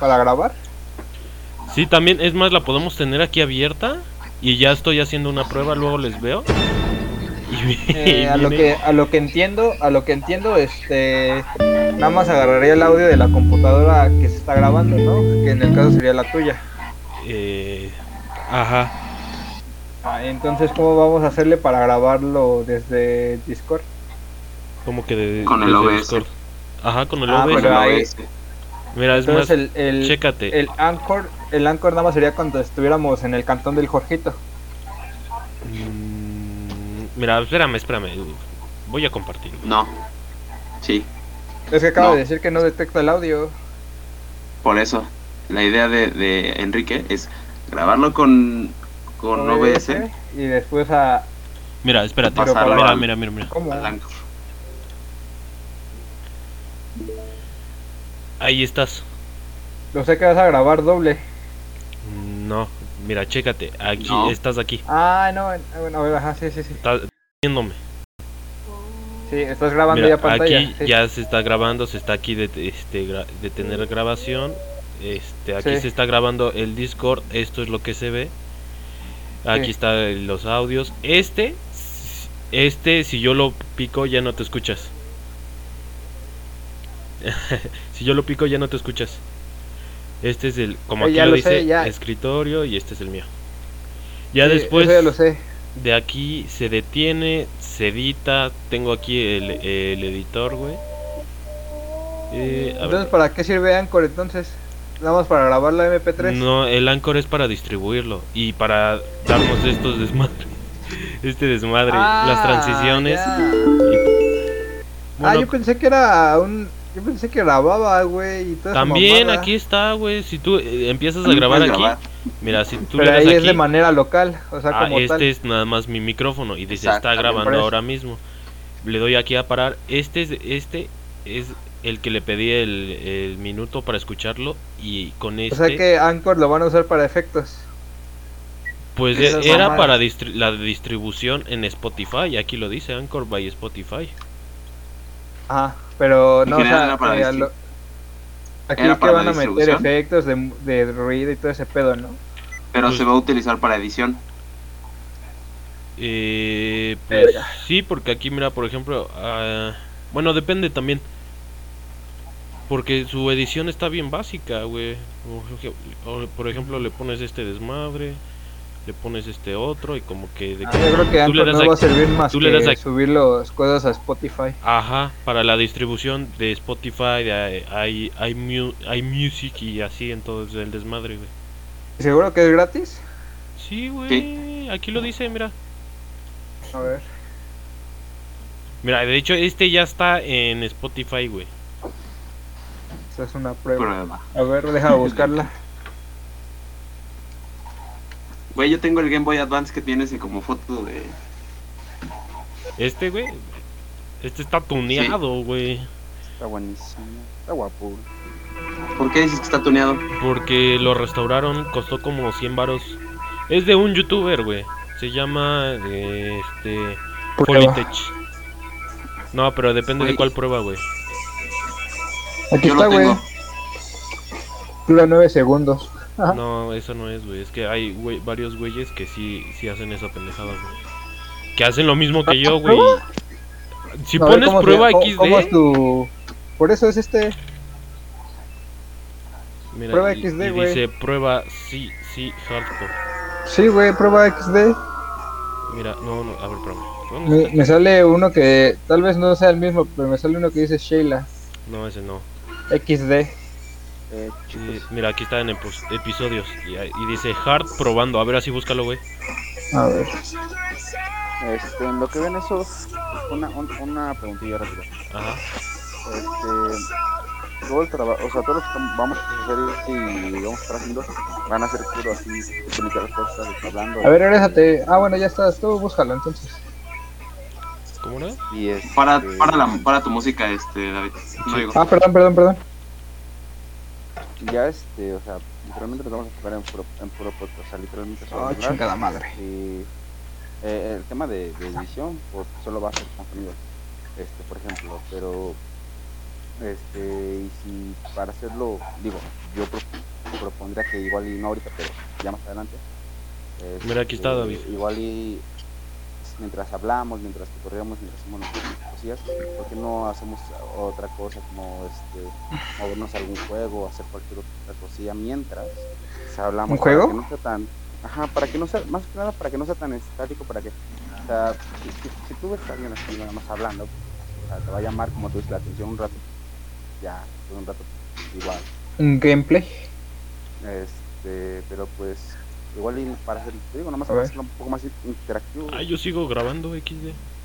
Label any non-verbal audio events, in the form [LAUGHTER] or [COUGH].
para grabar. Sí, también, es más, la podemos tener aquí abierta y ya estoy haciendo una prueba, luego les veo. [LAUGHS] Y Eh, a lo que viene- a lo que entiendo, a lo que entiendo, este, nada más agarraría el audio de la computadora que se está grabando, ¿no? Que en el caso sería la tuya. eh, ajá. Ah, entonces, ¿cómo vamos a hacerle para grabarlo desde Discord? Como que de, Con el desde OBS. Ajá, con el Ah, Pues OBS. pero ahí- Mira, es más, Entonces, el, el, chécate. el Anchor, el Anchor nada más sería cuando estuviéramos en el cantón del Jorgito. Mm, Mira, espérame, espérame. Voy a compartir. No. Sí, Es que acaba No. de decir que no detecta el audio. por eso. La idea de, de Enrique es grabarlo con, con OBS. eh. Y después a... Mira, espérate. Pero para- Mira, mira, mira, mira. ¿Cómo? al Anchor. Ahí estás. Lo sé que vas a grabar doble. No, mira, chécate. Aquí, No. estás aquí. Ah, no, eh, bueno, a ver, ajá, sí, sí, sí. Estás viéndome. Sí, estás grabando Mira, ya pantalla. aquí sí. ya se está grabando, se está aquí de, este, gra- de tener grabación. Este, aquí Sí. se está grabando el Discord, esto es lo que se ve. Aquí Sí. está están los audios. Este, s- este, si yo lo pico ya no te escuchas. [LAUGHS] si yo lo pico ya no te escuchas. Este es el, como Eh, aquí ya lo, lo sé, dice, ya. escritorio y este es el mío. Ya Sí, después Eso ya lo sé. de aquí se detiene, se edita. Tengo aquí el, el editor, güey. Eh, a Entonces, ver. ¿para qué sirve Anchor entonces? Nada más para grabar la MP3. No, el Anchor es para distribuirlo y para darnos estos desmadres. [LAUGHS] Este desmadre, Ah, las transiciones. ya. Ah, Bueno, yo pensé que era un... Yo pensé que grababa, güey, y toda esa también mamada. aquí está, güey. Si tú eh, empiezas a También grabar puedes aquí, grabar. mira, si tú le Pero das ahí aquí, es de manera local, o sea, ah, como este tal. es nada más mi micrófono y dice está Exactamente, por grabando eso. ahora mismo. Le doy aquí a parar. Este es, este es el que le pedí el, el minuto para escucharlo y con este O sea que Anchor lo van a usar para efectos. pues esas era mamadas. para distri- la distribución en Spotify. Aquí lo dice Anchor by Spotify. Ajá, pero En no, o general sea, era para eh, a distri- lo- aquí era es que para van la a meter distribución. efectos de, de ruido y todo ese pedo, ¿no? Pero Pues- se va a utilizar para edición. Eh, pues sí, porque aquí mira, por ejemplo, ah, bueno, depende también. Porque su edición está bien básica, güey. O que- o, Por ejemplo, le pones este desmadre, le pones este otro y como que... de Ah, que- yo creo que tú le Anchor das no aquí- va a servir más tú le das que aquí. subir las cosas a Spotify. Ajá, para la distribución de Spotify, de eh, i- i- iMu- iMusic y así, entonces el desmadre, güey. ¿Seguro que es gratis? Sí, güey, Sí. aquí lo dice, mira. A ver. Mira, de hecho este ya está en Spotify, güey. Esta es una prueba. Prueba. A ver, deja buscarla. Güey, yo tengo el Game Boy Advance que tienes como foto de. Este, güey, este está tuneado, güey. Está buenísimo. Está guapo. ¿Por qué dices que está tuneado? Porque lo restauraron, costó como 100 varos. Es de un youtuber, güey. Se llama eh, este Prueba. Politech. No, pero depende de Güey. cuál prueba, güey. Aquí yo está, lo güey. tengo. Dura 9 segundos. Ajá. No, eso no es, güey. Es que hay güey- varios güeyes que sí sí hacen esa pendejada, güey. Que hacen lo mismo que yo, güey. Si A ver, pones ¿cómo se- prueba cómo- ¿Cómo es XD, tu...? Por eso es este... mira, Prueba y- XD, y güey. dice prueba sí, sí, hardcore. Sí, güey, prueba XD. Mira, no, no, a ver, prueba. ¿Dónde Me, está? me sale uno que tal vez no sea el mismo, pero me sale uno que dice Sheila. No, ese no. XD. Eh, Eh, chicos. mira, aquí está en epos- episodios. Y, ahí- y dice Hard probando. A ver, así búscalo, güey. A ver. Este, en lo que ven eso, una, un- una preguntilla rápida. Ajá. Este, todo el trabajo, o sea, todo lo que estamos- vamos a hacer y vamos a estar haciendo, van a ser puro así, comunicar las cosas, hablando. A ver, regresate. Ah, bueno, ya estás tú, búscalo entonces. ¿Cómo no? Y este, Para, para, la, para tu música, este, David. No digo. Ah, perdón, perdón, perdón. Ya, este, o sea, literalmente nos vamos a enfocar en puro, en puro podcast, o sea, literalmente solo Ah, hablar. chingada madre. Y, eh, el tema de, de edición pues, solo va a ser contenido este por ejemplo pero Este, y si para hacerlo, digo, yo pro- propondría que igual y no ahorita, pero ya más adelante. este, Mira, aquí está David. Igual y mientras hablamos, mientras corremos, mientras hacemos nuestras cosillas, ¿por qué no hacemos otra cosa como este, movernos a algún juego, hacer cualquier otra cosilla mientras o sea, hablamos? ¿Un para juego? que no sea tan- ajá, para que no sea, más que nada para que no sea tan estático, para que, o sea, si, si- si tú ves a alguien así nada más hablando, o sea, te va a llamar como tú dices la atención un rato, ya, por un rato igual, Un gameplay. este, pero pues igual y para hacer, te digo, nada más A ver. hacerlo un poco más interactivo. Ah, yo sigo grabando, XD.